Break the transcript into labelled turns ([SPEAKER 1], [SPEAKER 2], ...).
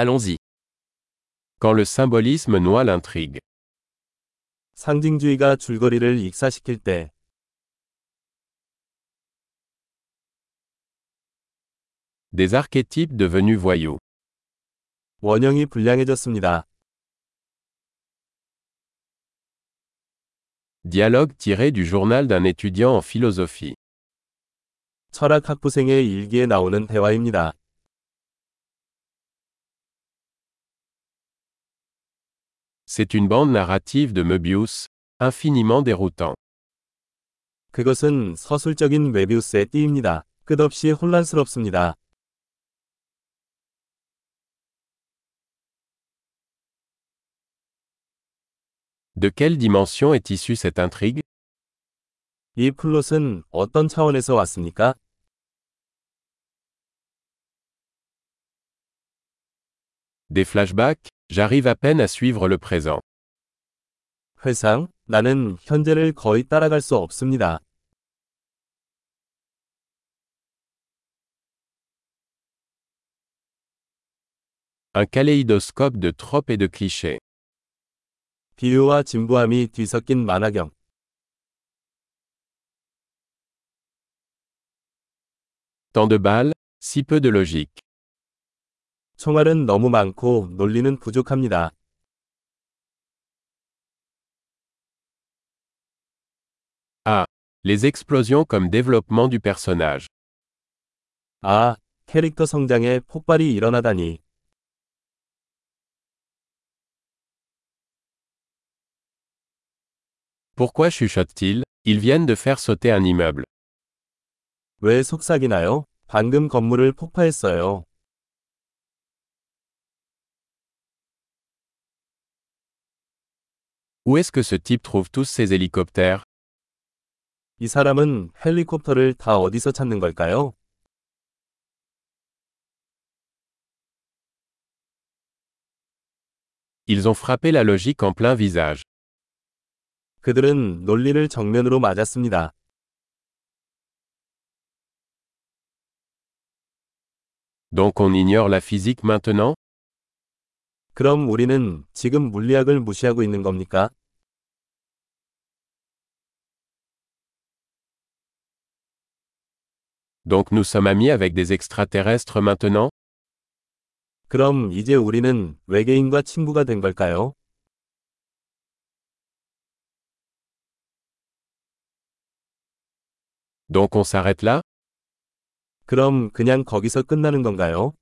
[SPEAKER 1] Allons-y. Quand le symbolisme noie l'intrigue.
[SPEAKER 2] 상징주의가 줄거리를 익사시킬 때,
[SPEAKER 1] Des archétypes devenus voyous.
[SPEAKER 2] 원형이 불량해졌습니다.
[SPEAKER 1] Dialogue tiré du journal d'un étudiant en philosophie.
[SPEAKER 2] 철학 학부생의 일기에 나오는 대화입니다.
[SPEAKER 1] C'est une bande narrative de Möbius, infiniment déroutant.
[SPEAKER 2] 그것은 서술적인 메비우스의 띠입니다. 끝없이 혼란스럽습니다.
[SPEAKER 1] De quelle dimension est issue cette intrigue
[SPEAKER 2] 이 플롯은 어떤 차원에서 왔습니까?
[SPEAKER 1] Des flashbacks J'arrive à peine à suivre le présent.
[SPEAKER 2] 회상, 나는 현재를 거의 따라갈 수 없습니다.
[SPEAKER 1] Un kaléidoscope de tropes et de clichés.
[SPEAKER 2] 비유와 진부함이 뒤섞인 만화경,
[SPEAKER 1] Tant de balles, si peu de logique.
[SPEAKER 2] 총알은 너무 많고 논리는 부족합니다.
[SPEAKER 1] Les explosions comme développement du personnage.
[SPEAKER 2] 아, 캐릭터 성장에 폭발이 일어나다니.
[SPEAKER 1] Pourquoi chuchote-t-il Ils viennent de faire sauter un immeuble.
[SPEAKER 2] 왜 속삭이나요? 방금 건물을 폭파했어요.
[SPEAKER 1] Où est-ce que ce type trouve tous ces hélicoptères
[SPEAKER 2] 이 사람은 헬리콥터를 다 어디서 찾는 걸까요?
[SPEAKER 1] Ils ont frappé la logique en plein visage.
[SPEAKER 2] 그들은 논리를 정면으로 맞았습니다.
[SPEAKER 1] Donc on ignore la physique maintenant
[SPEAKER 2] 그럼 우리는 지금 물리학을 무시하고 있는 겁니까?
[SPEAKER 1] Donc nous sommes amis avec des extraterrestres maintenant
[SPEAKER 2] 그럼 이제 우리는 외계인과 친구가 된 걸까요?
[SPEAKER 1] Donc on s'arrête là
[SPEAKER 2] 그럼 그냥 거기서 끝나는 건가요?